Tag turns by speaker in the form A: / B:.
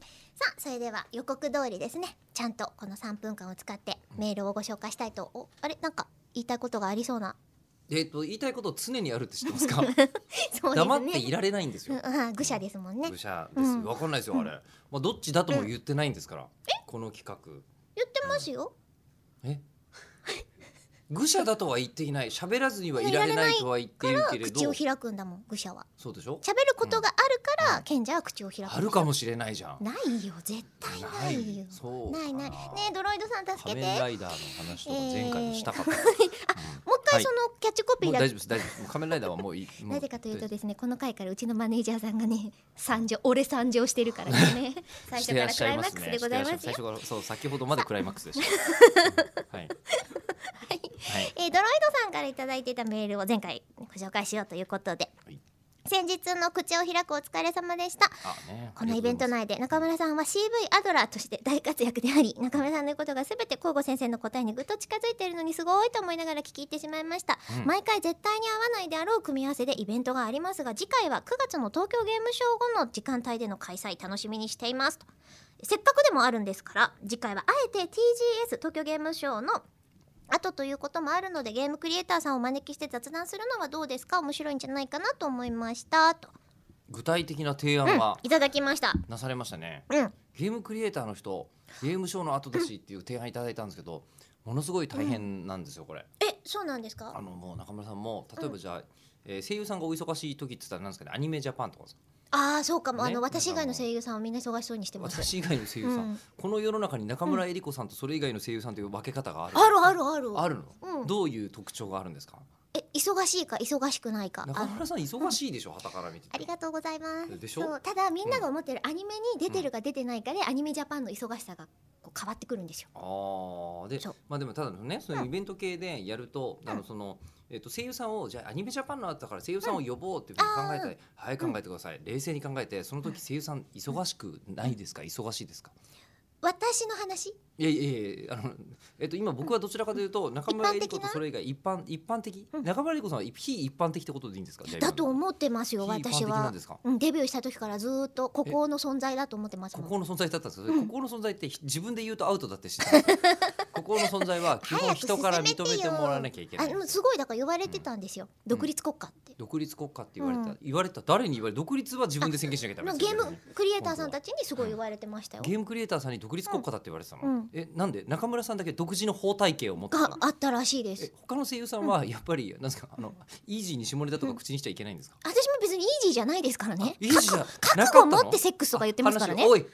A: さあそれでは予告通りですねちゃんとこの3分間を使ってメールをご紹介したいとおあれなんか言いたいことがありそうな
B: えっと言いたいこと常にあるって知ってますか
A: そうですね
B: 黙っていられないんです
A: う
B: よ
A: んあー愚者ですもんね
B: 武者です
A: うん
B: よわかんないですよあれまあどっちだとも言ってないんですからこの企画
A: 言ってますよ
B: え愚者だとは言っていない喋らずにはいられないとは言っているけれど
A: 口を開くんだもん愚者は
B: そうでしょ
A: 喋ることがあるから、
B: うん
A: 賢者は口を開くんです
B: あるかもしれないじゃん
A: ないよ絶対ないよ
B: そうか
A: ないないねえドロイドさん助けて
B: 仮面ライダーの話とか前回もし たかった、
A: もう一
B: は
A: 回
B: い
A: そのキャッチコ
B: う
A: ピ
B: ん
A: ー
B: もう
A: だ、
B: 大丈夫です大丈夫ですもう仮面ライダーはも ういいもう
A: なぜかというとですねこの回からうちのマネージャーさんがね参上俺参上してるからです ね最
B: し
A: 初
B: てら
A: か
B: っ
A: ら
B: し
A: ク
B: ゃ
A: ライ
B: い
A: マッ
B: ます
A: ク
B: ね
A: スでございます
B: し
A: よ
B: てらっしゃ最初からそう先ほどまでクライマックスでした うんはい
A: はい
B: はい
A: えードロイドさんからいただいていたメールを前回ご紹介しようということで、
B: はい
A: 先日の口を開くお疲れ様でした
B: あね
A: このイベント
B: い
A: 内で中村さんは CV アドラーとして大活躍であり中村さんの言うことが全て交互先生の答えにぐっと近づいているのにすごいと思いながら聞き入ってしまいました、
B: うん
A: 毎回絶対に合わないであろう組み合わせでイベントがありますが次回は9月の東京ゲームショウ後の時間帯での開催楽しみにしていますとせっかくでもあるんですから次回はあえて TGS 東京ゲームショウの後ということもあるのでゲームクリエイターさんをお招きして雑談するのはどうですか面白いんじゃないかなと思いましたと、
B: 具体的な提
A: う
B: 案
A: ん
B: が、
A: いただきました
B: なされましたね
A: うん
B: ゲームクリエイターの人ゲームショーの後だしっていう提案いただいたんですけどものすごい大変なんですよこれ
A: えそうなんです
B: あ
A: か
B: のもう中村さんも例えばじゃあ、えー声優さんがお忙しい時って言ったらなんですかねアニメジャパンとかですか
A: ああそうかも、あ
B: ね
A: の私以外の声優さんはみんな忙しそうにしてます
B: 私以外の声優さ
A: う
B: ん、
A: ん
B: この世の中に中村江里子さんとそれ以外の声優さんという分け方がある
A: あるあるある
B: あるの、
A: うん
B: どういう特徴があるんですか
A: え忙しいか忙しくないか
B: 中
A: あの
B: 村さん忙しいでしょ傍から見てて
A: ありがとうございます
B: でしょ
A: そうただみんなが思ってるアニメに出てるか出てないかで、アニメジャパンの忙しさがこう変わってくるんですよ
B: あーで
A: そう
B: まあでもただのねその
A: うん
B: イベント系でやると、
A: ん
B: あのそのえっと声優さんをじゃあアニメジャパンの後だから声優さんを呼ぼうっていうふうに考えたり、はい考えてください、冷静に考えてその時声優さん忙しくないですか、忙しいですか
A: 私の話
B: いやいやいやあのえっと今僕はどちらかというと中村江里子とそれ以外一般一般的、
A: うん
B: 中村江里子さんは非一般的ってことでいいんですかじゃあ今
A: だ
B: の
A: と思ってますよ
B: 非一般
A: 私
B: 的な
A: は
B: んですか
A: うん、デビューした時からずーっと孤高の存在だと思ってます
B: こ
A: もん
B: この存在だったんですけど、ここの存在って自分で言うとアウトだって知ってた んですよここの存在は基本人から認めてもらわなきゃいけな
A: あ
B: い
A: でもすごいだから言われてたんですよ、独立国家って、
B: 独立国家って言われた、
A: うん
B: 言われた誰に言われ独立は自分で宣言しなきゃダメ
A: まあ
B: です
A: ゲ
B: よ
A: ー
B: ね
A: ムクリエイターさんたちにすごい言われてましたよ、
B: ゲームクリエイターさんに独立国家だって言われてたの、
A: うん
B: えなんで中村さんだけ独自の法体系を持ってた
A: が
B: の
A: あったらしいです
B: え他の声優さんはやっぱりなんですかあのイージーに下ネタとか口にしちゃいけないんですか、
A: 私も別にイージーじゃないですからね
B: イージーじゃ
A: 覚
B: な
A: 悟
B: かった
A: を
B: の
A: 持ってセックスとか言ってますからね
B: 話をおい